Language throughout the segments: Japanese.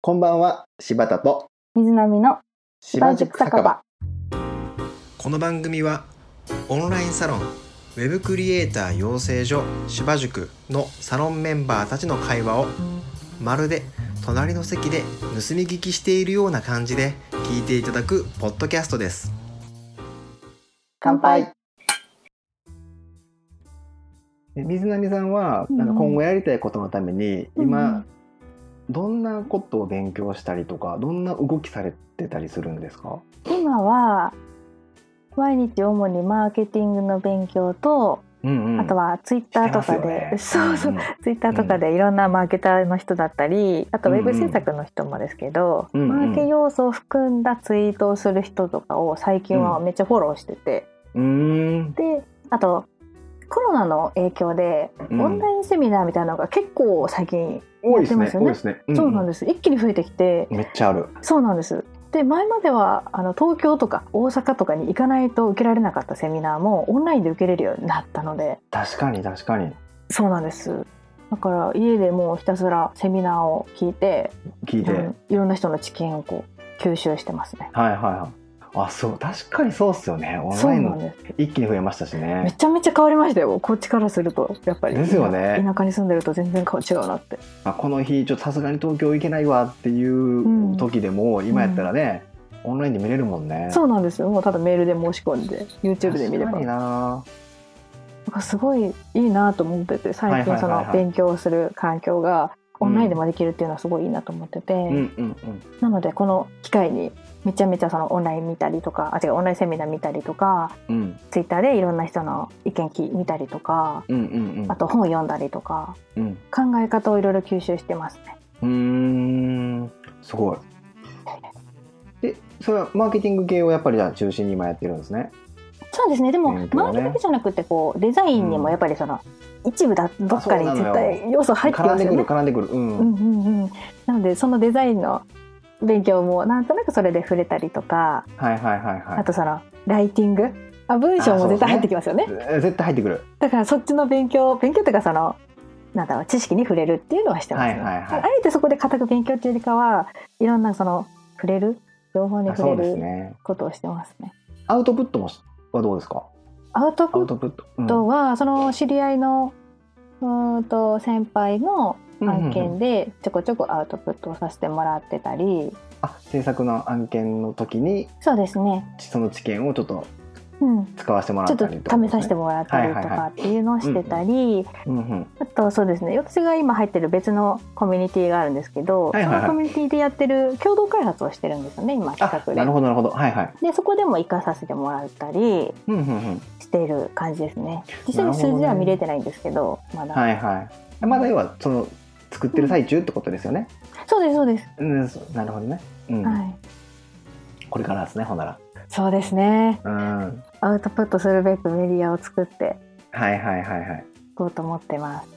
こんばんは柴田と水波の柴塾酒場この番組はオンラインサロンウェブクリエイター養成所芝塾のサロンメンバーたちの会話をまるで隣の席で盗み聞きしているような感じで聞いていただくポッドキャストです乾杯水波さんはうんなんか今後やりたいことのために今、うんどんなことを勉強したりとかどんな動きされてたりするんですか今は毎日主にマーケティングの勉強と、うんうんあとはツイッターとかしてで、そうますそよう、ねツイッターとかでいろんなマーケターの人だったりあとウェうブんうん制作の人もですけど、うんうんマーケ要素を含んだツイートをする人とかを最近はめっちゃフォローしてて、うんうんであとコロナの影響でオうんンラインセミナーみたいなのが結構最近、多いですねやってますよね多いですね、うんそうなんです一気に増えてきて、めっちゃあるそうなんです。で前まではあの東京とか大阪とかに行かないと受けられなかったセミナーもオンラインで受けれるようになったので確かに確かにそうなんですだから家でもうひたすらセミナーを聞いて、聞いて、うはいんいろんな人の知見をこう吸収してますねはいはいあそう確かにそうっすよねオンそライうンなんのです一気に増えましたしめねちゃめちゃ変わりましたよこっちからするとやっぱりですよね田舎に住んでると全然顔違うなってあこの日ちょっとさすがに東京行けないわっていう時でも、今やったらね、オンラインで見れるもんねそううなんですよもうただメールで申し込んで YouTube で見れ確ばかにななんかすごいいいなと思ってて最近はいはそいはいはいの勉強する環境がオンラインでもできるっていうのはすごいいいなと思ってて、うんうんなのでこの機会にめちゃめちゃそのオンライン見たりとかあ違うオンラインセミナー見たりとかうんうんツイッターでいろんな人の意見聞見たりとかうんうんうんあと本読んだりとかうん考え方をいろいろ吸収してますね。うーんすごいでそれはマーケティング系をやっぱりじゃあ中心に今やってるんですねそうですねでも勉強ねマーケだけじゃなくてこうデザインにもやっぱりその一部だどっかにあそうなのよ絶対要素入って絡まんですよくねる。絡んでくるうん、うんうんうん、なのでそのデザインの勉強もなんとなくそれで触れたりとかはいはいはいはいあとそのライティングあ文章も絶対入ってきますよねえ絶対入ってくるだからそっちの勉強勉強というかそのなんだろう知識に触れるっていうのはしてますね、はいはいはいだからあえてそこで固く勉強っていうよりかはいろんなその触れる情報にあそう触でれするねことをしてますねアウトプットもしはどうですかアウトアプウットプット、うんトはその知り合いのうーんと先輩の案うんうんうん件でちょこちょこアウトプットをさせてもらってたり、あ制作の案件の時にそうですねその知見をちょっとうん使わせてもらちょっったとり試させてもらったりとはいはいはかっていうのをしてたりも、うんうん、あとそうですね私が今入ってる別のコミュニティがあるんですけどはいはいはいそのコミュニティでやってる共同開発をしてるんですよね今企あ画なるで。ほどなるほどはいはい、でそこでも活かさせてもらったりうんうんうん、している感じですね実際なるほにどね数字では見れてないんですけどまだ、はいはいまだ要はその作ってる最中ってことですよね、そうですそうです、うんそうなるほどね、うんはいこれからですねほんならそうですねうんアウトプットするべくメディアを作ってはいはいはいはいいこうと思ってます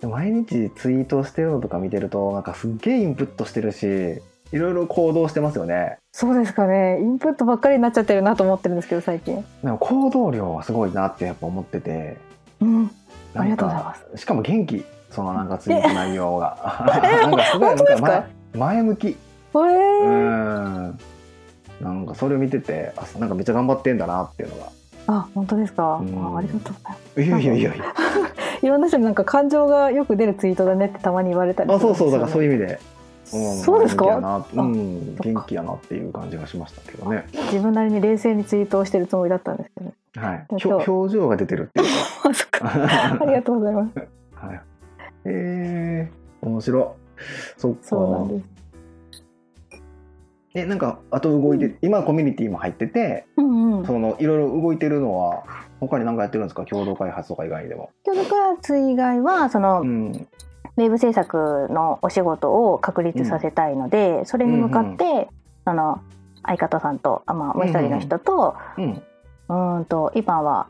でも毎日ツイートしてるのとか見てるとなんかすっげえインプットしてるしいろいろ行動してますよねそうですかねインプットばっかりになっちゃってるなと思ってるんですけど最近でも行動量はすごいなってやっぱ思っててうんなんかありがとうございますしかも元気そのなんかツイート内容が なんかすごいなん本当でかすか前前向きえうーんなんかそれを見ててあなんかめっちゃ頑張ってんだなっていうのがあ、本当ですか。うんあありがとうございまいやいやいやいやす。いろんな人になんか感情がよく出るツイートだねってたまに言われたりあそうそうだからそういう。いう意味で、んそうです元気やか。なうんそっか元気やなっていう感じがしましたけどね自分なりに冷静にツイートをしてるつもりだったんです けど。はいそうひょ表情が出てるっていうか あ、そっか。ありがとうござ います。はい。えー、面白い。そっか。そうなんです。え、なんか、あと動いて、う今コミュニティも入ってて、うんうん。そのいろいろ動いてるのは。他に何かやってるんですか、共同開発とか以外にでも。教育開発以外はその、うウん。ェブ制作のお仕事を確立させたいので、それに向かって、その相方さんとあまあもう一人の人と、うん。うーんと今は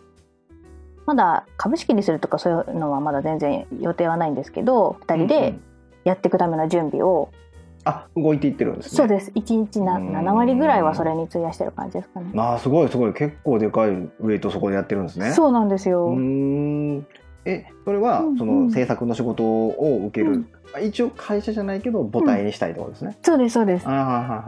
まだ株式にするとかそういうのはまだ全然予定はないんですけど2人うんうでんやっていくための準備を、あ、動いていってるんですね。そうです1日なうん7割ぐらいはそれに費やしてる感じですかね。まあ、すごい、すごい、結構でかいウエイトそこでやってるんですね。そうなんですよ、うーん。えそれはうんうんその制作の仕事を受ける、うんまあ一応会社じゃないけど母体にしたいってことですね、そうですそうですあーはーはーはー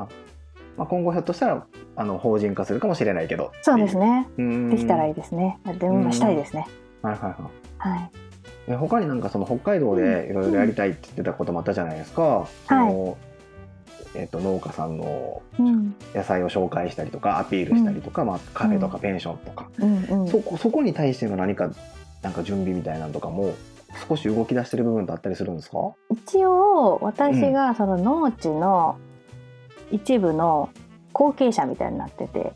まあ、今後ひょっとしたらあの法人化するかもしれないけどそうですねでできたらいいいですねでも今したいですねはいはいはいはいえ他になんかその北海道でいろいろやりたいって言ってたこともあったじゃないですか、そのえっと農家さんのうん野菜を紹介したりとかアピールしたりとか、まあ、カフェとかペンションとか、うんうんそこそこに対しての何かなんか準備みたいなのとかも少し動き出してる部分だったりするんですか一応私がその農地の一部の後継者みたいになってて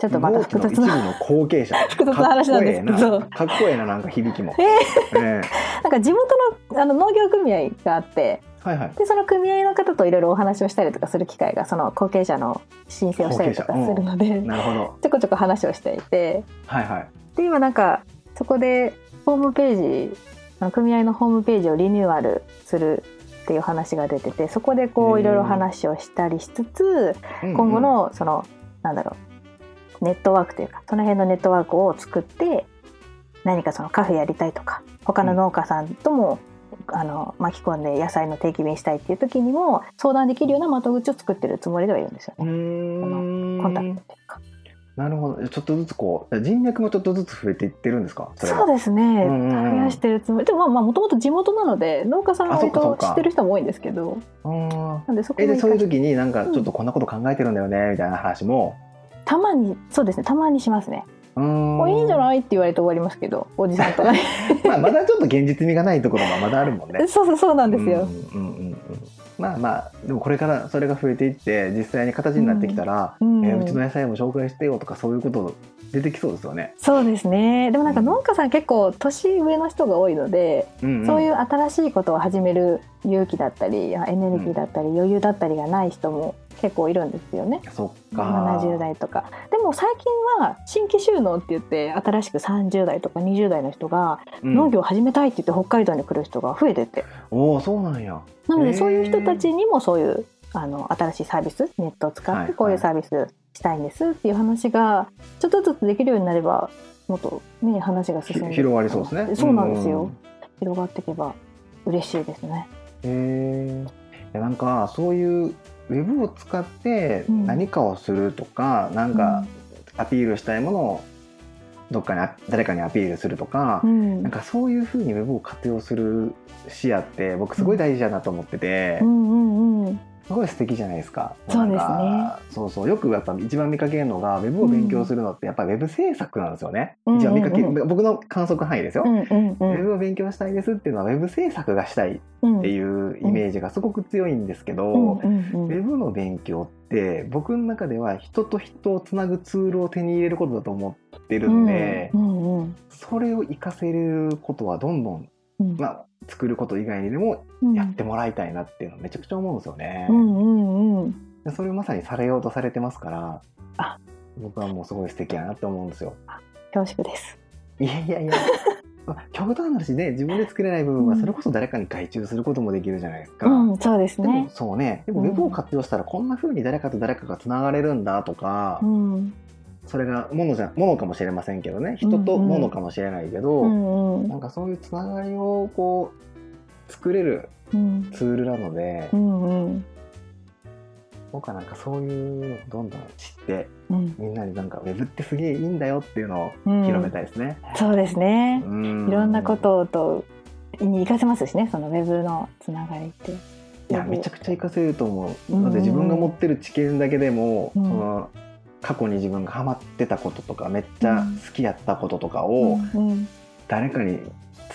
ちょっとまた複農雑地の一部なの後継者 複雑な話なんですけどかっこええなかっこええななんか響きも 、えええなんか地元のあの農業組合があってはいはいでその組合の方といろいろお話をしたりとかする機会がその後継者の申請をしたりとかするので、なるほどちょこちょこ話をしていてはいはいで今なんかそこでホームページあの組合のホームページをリニューアルするっていう話が出ててそこでこへーういろいろ話をしたりしつつうんうん今後のそのなんだろうネットワークというかその辺のネットワークを作って何かそのカフェやりたいとか他の農家さんとも、あの巻き込んで野菜の定期便したいっていう時にも相談できるような窓口を作ってるつもりではいるんですようね、ーんコンタクトっていうか。なるほどちょっとずつこう人脈もちょっとずつ増えていってるんですかそれはそうですね、うんうんうん増やしてるつもりでもまあもともと地元なので農家さんはあそっ割かそっとか知ってる人も多いんですけどうーんなんでそこえもで一そういう回時になんかちょっとこんなこと考えてるんだよねみたいな話もたまにそうですねたまにしますねうーん「おいいんじゃない?」って言われて終わりますけどお じさんとかね。まあまだちょっと現実味がないところがまだあるもんねそうそうそうなんですよ、うんうんうんうんまあまあでもこれからそれが増えていって実際に形になってきたら、うんえーうちの野菜も紹介してよとかそういうこと出てきそうですよね。そうですねでもなんかうん農家さん結構年上の人が多いので、んんそういう新しいことを始める勇気だったりエネルギーだったり余裕だったりがない人も結構いるんですよね。そっか70代とかでも最近は新規収納って言って新しく30代とか20代の人が農業を始めたいって言って北海道に来る人が増えてて、うん、おおそうなんや。なのへでーそういう人たちにもそういうあの新しいサービスネットを使はっいてこういうサービスしたいんですっていう話がちょっとずつできるようになればもっとね話がひ進んで広がりそうですね。そうなんですよ、うん広がっていけば嬉しいですねへえいやなんかそういうウェブを使ってうん何かをするとか、なんかアピールしたいものをどっかにあ誰かにアピールするとか、うんなんかそういうふうにウェブを活用する視野って僕すごい大事だなと思ってて、うんうんうんすごい素敵じゃないですか。そうですなねんかそうそうよくやっぱ一番見かけるのがウェブを勉強するのってやっぱウェブ制作なんですよね。うんうんうん一番見かけ僕の観測範囲ですよ。うんうんうウェんブを勉強したいですっていうのはウェブ制作がしたいうんっていうイメージがすごく強いんですけど、うんうウんうんェブの勉強って僕の中では人と人をつなぐツールを手に入れることだと思ってるんで、うんうんそれを活かせることはどんどん、うんまあ、作ること以外にでもうんやってもらいたいなっていうのはめちゃくちゃ思うんですよねう。んうんうんでそれをまさにされようとされてますからあ僕はもうすごい素敵やなって思うんですよ。恐縮ですいやいやい やまあ極端な話ね自分で作れない部分はそれこそ誰かに外注することもできるじゃないですか。うんそうですでねもそうねでもウェブを活用したらこんな風に誰かと誰かがつながれるんだとか、うんそれがものじゃものかもしれませんけどね人とものかもしれないけど、うんうんなんかそういうつながりをこう作れるうんツールなので、うんうん僕はなんかそういうのをどんどん知ってうんみんなになんかウェブってすげえいいんだよっていうのうをん広めたいですね。そうですねういろんなこととに活かせますしねそのウェブのつながりって。いやめちゃくちゃ活かせると思う。うんだって自分が持ってる知見だけでも、うんその過去に自分がハマってたこととかめっちゃ好きやったこととかをうん誰かに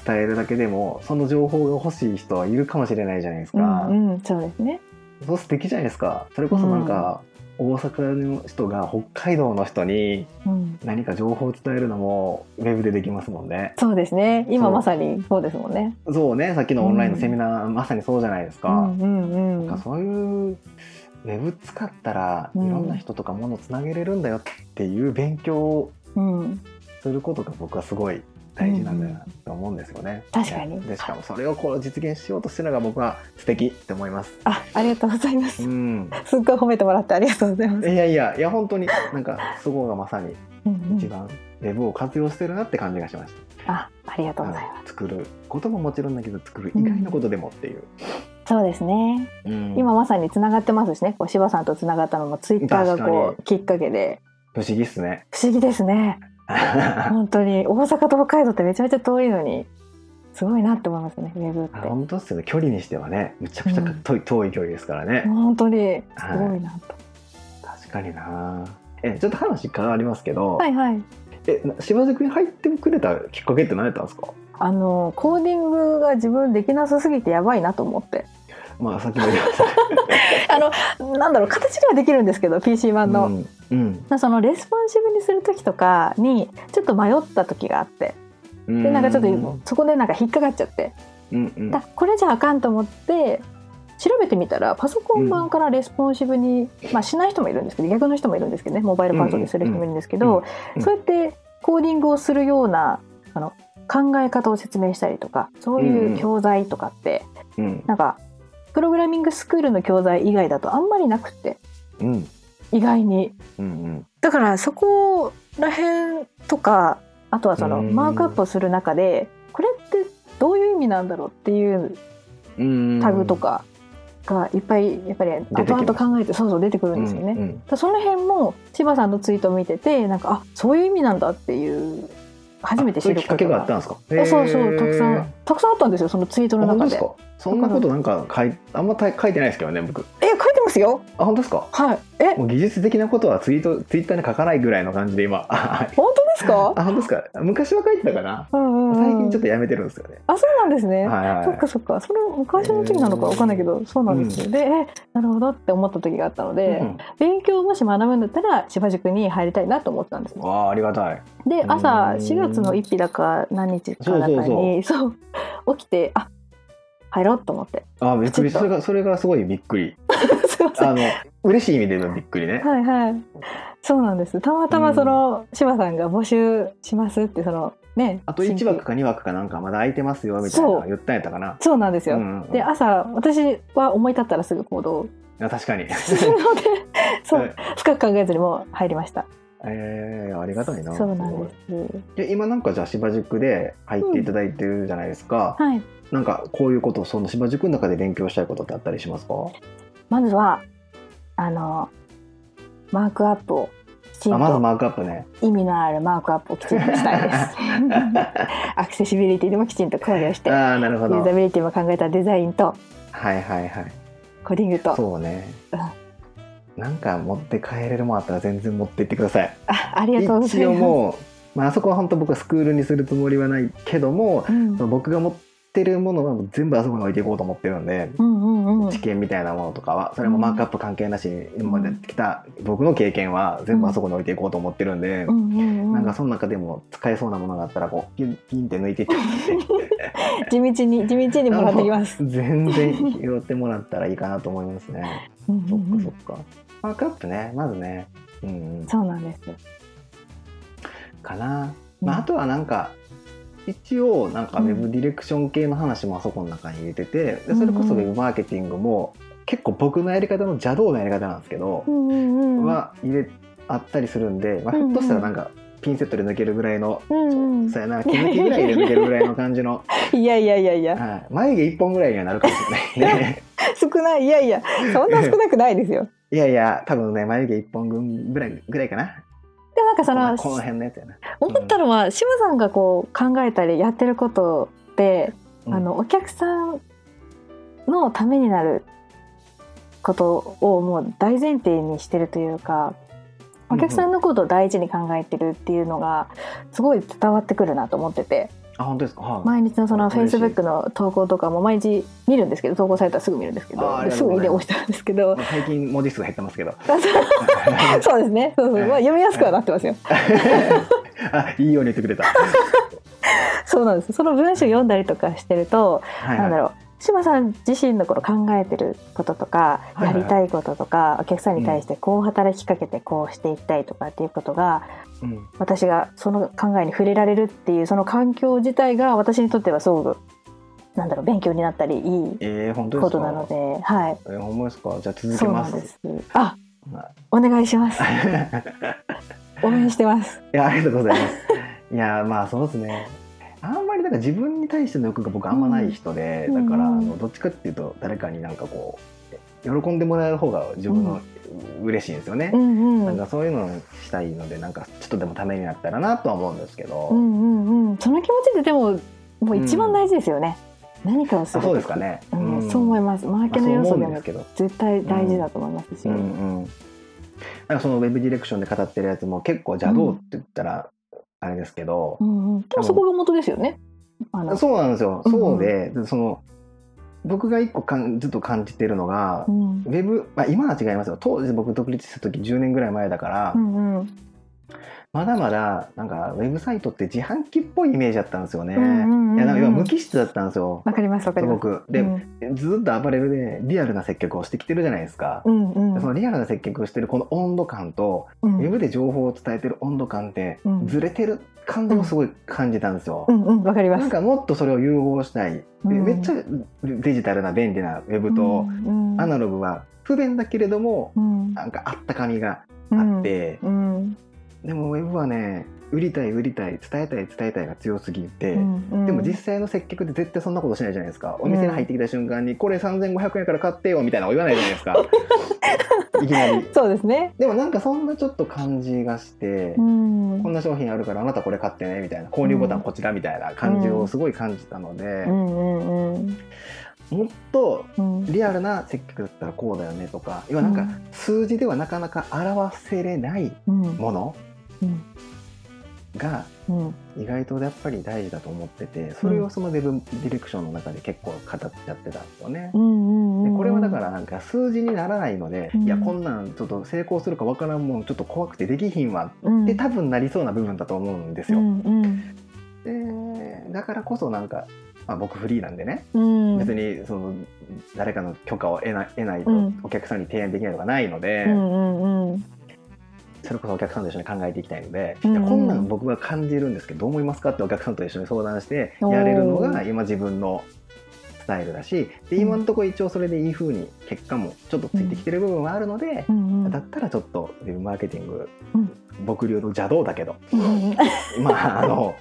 伝えるだけでもその情報が欲しい人はいるかもしれないじゃないですうか。んうんうん、そうですね。そう素敵じゃないですか。それこそなんか、大阪の人が北海道の人にうん、何か情報を伝えるのもウェブでできますもんね。そうですね。今そうまさにそうですもんね。そうねさっきのオンラインのセミナー、まさにそうじゃないですうか。んうんうなんんか。そういうウェブ使ったらいうんろんな人とかものつなげれるんだよっていう勉強をうん、することが僕はすごい大事なんだよなと思うんですよね。確かにでしかもそれをこう実現しようとしてるのが僕は素敵って思い ます。あ、ありがとうございまうす。ん。すっごい褒めてもらってありがとうございまいす。やいやいや本当になんかそこがまさにうんうん一番ウェブを活用してるなって感じがしましあありがとうございます、はい作ることももちろんだけど作る以外のことでもっていう、そうですねうん今まさにつながってますしねこう柴さんとつながったのもツイッターがこ確うきっかけで不思議っすね不思議ですねあ本当に大阪と北海道ってめちゃめちゃ遠いのにすごいなって思いますねウェブって 本当っすよね距離にしてはねむちゃくちゃ遠い,、遠い距離ですからね、本当にすごいなと、確かになえちょっと話変わりますけど、はい、はいえな島津君に入ってくれたきっかけって何やったんですかあのコーディングが自分できなさすぎてやばいなと思ってまあさっき も言いましたあのなんだろう形ではできるんですけど PC 版の、うんうんそのレスポンシブにする時とかにちょっと迷った時があってうん、でなんかちょっうんとそこでなんか引っかかっちゃってうんだこれじゃあかんと思って調べてみたらパソコン版からレスポンシブに、まあ、しない人もいるんですけど逆の人もいるんですけどねモバイルパーソンにする人もいるんですけど、うんうんうんそうやってコーディングをするようなあの考え方を説明したりとかそういう教材とかって、うんなんかプログラミングスクールの教材以外だとあんまりなくてうん意外にうんうんだからそこら辺とかあとはそのうんマークアップをする中でこれってどういう意味なんだろうっていううんタグとかがいっぱいやっぱります後々考えてそうそう出てくるんですよね。うんうんだからその辺も柴さんのツイートを見ててなんかあそういう意味なんだっていう初めて知るあそういうきっこかけとがあったんですかへーそうそうたくさんたくさんあったんですよそのツイートあの本当中でですかそんなことなんか書いあんまた書いてないですけどね僕え書いてますよあ本当ですかはいえもう技術的なことはツイートツイッターに書かないぐらいの感じで今あ本当ですか本当ですか昔は書いてたかなうんうんうん最近ちょっとやめてるんですよねあそうなんですね、はいはいそっかそっかそれ昔の時なのかわかんないけど、そうなんですよ、でえなるほどって思った時があったので、うん勉強をもし学ぶんだったら芝塾に入りたいなと思ってたんですよわあありがたいで朝うん4月の1日だか何日かだかにそう 起きてあ入ろうと思って あびっくりちょそれっとがそれがすごいびっくりすいませんあの嬉しい意味でのびっくりねはいはいそうなんですたまたまその柴さんが募集しますってそのねあと新1規枠か2枠かなんかまだ空いてますよみたいそなう言ったんやったかなそうなんですよ、うんうんうんで朝私は思い立ったらすぐ 行動あ確かにするので そう、はい深く考えずにもう入りましたえー、ありがたいなそうなんですすごいで今なんかじゃあ芝塾で入っていただいてるじゃないですか、はいなんかこういうことその芝塾の中で勉強したいことってあったりしますかまずはあのマークアップをきちんあまずとマークアップね意味のあるマークアップをきちんとしたいです アクセシビリティでもきちんと考慮してユああなるほどーザビリティも考えたデザインとはいはいはいコーディングとそうねなんか持って帰れるもんあったら全然持って行ってくださいあありがとうござ一い応まもう、まああそこは本当僕はスクールにするつもりはないけどもす。うんその僕が持ってるものは全部あそこに置いていこうと思ってるんで、うんうんうん知見みたいなものとかはそれもマークアップ関係なしに今まできた僕の経験は全部あそこに置いていこうと思ってるんで、うんうんうなんんかその中でも使えそうなものがあったらこうピンピンって抜いていっても らって地道に地道にもらってきます。全然拾ってもらったらいいかなと思いますね。うんそっうんうかんそっか。マークアップねまずね、うんうん、そうなんです。かな、うんまあ、あとはなんか一応なんかウェブディレクション系の話もあそこの中に入れててでそれこそウェブマーケティングも結構僕のやり方の邪道なやり方なんですけどう、んうんうん。は入れあったりするんで、まあ、うひょんうんっとしたらなんかピンセットで抜けるぐらいの、うんうんそうやな気づきぐらいで抜けるぐらいの感じ の、いやいやいやいやはい、眉毛一本ぐらいにはなるかもしれないね。少ないいやいやそんな少なくな いですよ。いやいや多分ね眉毛一本分ぐらいぐらいかなでもなんかそこののこの辺のやつやな。思ったのは志麻さんがこう考えたりやってることって、うんあのお客さんのためになることをもう大前提にしてるというかお客さんのことを第一に考えてるっていうのがすごい伝わってくるなと思っててあ本当ですか、はい毎日のそのフェイ嬉しスいブックの投稿とかも毎日見るんですけど投稿されたらすぐ見るんですけあーあどりがすとうぐごにざい押ますしたんですけどまあ最近文字数が減ってますけど そうですねそうそう、まあ、読みやすくはなってますよ。あいいように言ってくれた。そうなんですその文章読んだりとかしてるとはいなんだろろう島さん自身のこの考えてることとか、はいはいやりたいこととかお客さんに対してこう働きかけてこうしていきたいとかっていうことが、う。うん私がその考えに触れられるっていうその環境自体が私にとってはすごくなんだろう勉強になったりいいえー、本当でこすとか。なのではいえー、ほんまですか。じゃあ続けそうまなす。んですあお願いしますい応援してます やありがとうございます。いやまあそうですね。なんか自分に対しての欲が僕あんまない人で、うんだからあうんのどっちかっていうと誰かになんかこう喜んでもらえる方が自分の嬉しいんですよねう、んうなんんかそういうのをしたいのでなんかちょっとでもためになったらなとは思うんですけど、うんうんうんその気持ちってでももう一番大事ですよね、何かをすあるそうですかね、うんそう思いまますマーケあ、そのう要思素うでんでもすけど絶対大事だと思いますし、うんうん、なんかそのウェブディレクションで語ってるやつも結構邪道って言ったらあれですけどう、んうん、でもそこが元ですよね。あのそうなんですよ、うんうんそうででその僕が一個かんずっと感じてるのが、うんウェブ、まあ、今は違いますよ当時僕独立した時10年ぐらい前だから、うんうんまだまだなんかウェブサイトって自販機っぽいイメージだったんですよね、うんうんうんうんいやなんか要は無機質だったんですよわかりますわかすりまごす。くで、うんずっと暴れるでリアルな接客をしてきてるじゃないですか、うんうんそのリアルな接客をしてるこの温度感とうんウェブで情報を伝えてる温度感ってうんずれてる感じもすごい感じたんですよ。うんうんわかりまなんす。かもっとそれを融合したい、でうんめっちゃデジタルな便利なウェブとうんアナログは不便だけれどもうんなんかあったかみがうんあって、うんでもウェブはね売りたい売りたい伝えたい伝えたいが強すぎて、うんでも実際の接客で絶対そんなことしないじゃないですかお店に入ってきた瞬間に「これ3500円から買ってよ」みたいなの言わないじゃないですか いきなり。そうですね。でもなんかそんなちょっと感じがして、うんこんな商品あるからあなたこれ買ってねみたいな購入ボタンこちらみたいな感じをすごい感じたのでう、んうんもっとうんうん。リアルな接客だったらこうだよねとか要はなんか数字ではなかなか表せれないうんうんものがうん意外とやっぱり大事だと思っててそれをそのウェブディレクションの中で結構語っちゃってたんですよねう。んうでん。これはだからなんか数字にならないので、うんいやこんなんちょっと成功するかわからんもんちょっと怖くてできひんわうんって多分なりそうな部分だと思うんですよ。うんうんでだからこそなんか、まあ、僕フリーなんでね、うん。別にその誰かの許可を得ない得ないとうんお客さんに提案できないとかないので、うんうんうん。それこそお客さんと一緒に考えていきたいので、うんいやこんなん僕が感じるんですけどどう思いますかってお客さんと一緒に相談しておーやれるのが今自分のスタイルだしで今のところ一応それでいい風に結果もちょっとついてきてる部分はあるのでう、んうんだったらちょっとウェブマーケティング、うん僕流の邪道だけどうん うんまああの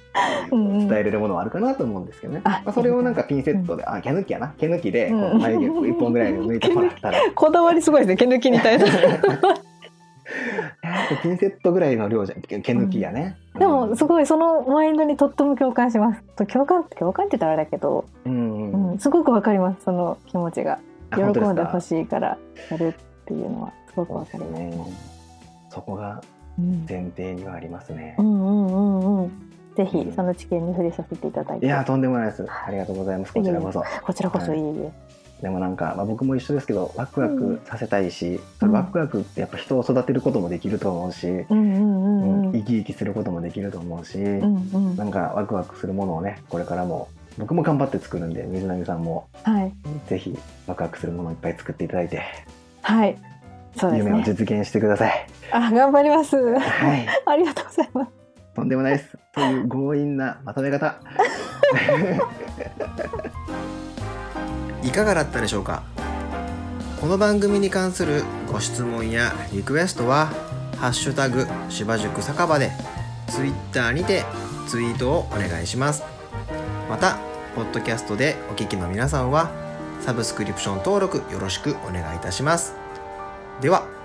うんうん伝えれるものはあるかなと思うんですけどね、あまあ、それをなんかピンセットで、あ毛抜きやな毛抜きでこうんう眉毛を一本ぐらい抜いてもら ったら こだわりすごいですね。毛抜きに対する。ピンセットぐらいの量じゃ毛毛抜きやね、でもすこ、ごいそのマインドにとっても共感します。と共感共感って言ったらあれだけど、うんううんん、すごくわかりますその気持ちがあ喜本当んでですかほしいからやるっていうのはすごくそうわでかすります。ねそこがうん前提にはありますね、うんうんうんうん。ぜひその知見に触れさせていただいて。いやとんでもないですありがとうございますこちらこそこちらこそいいです。でもなんか、まあ、僕も一緒ですけどワクワクさせたいし、それワクワクってやっぱ人を育てることもできると思うし、うんうんううんんうん。生き生きすることもできると思うし、うんうんな。んかワクワクするものをねこれからも僕も頑張って作るんで水波さんもはいぜひワクワクするものをいっぱい作っていただいて、はい。そうです夢をね。実現してください。あ頑張ります。 はい、ありがとうございます。とんでもな いです。という強引なまとめ方。いかがだったでしょうかこの番組に関するご質問やリクエストは「ハッシュタグ芝塾酒場」でツイッターにてツイートをお願いしますまたポッドキャストでお聞きの皆さんはサブスクリプション登録よろしくお願いいたしますでは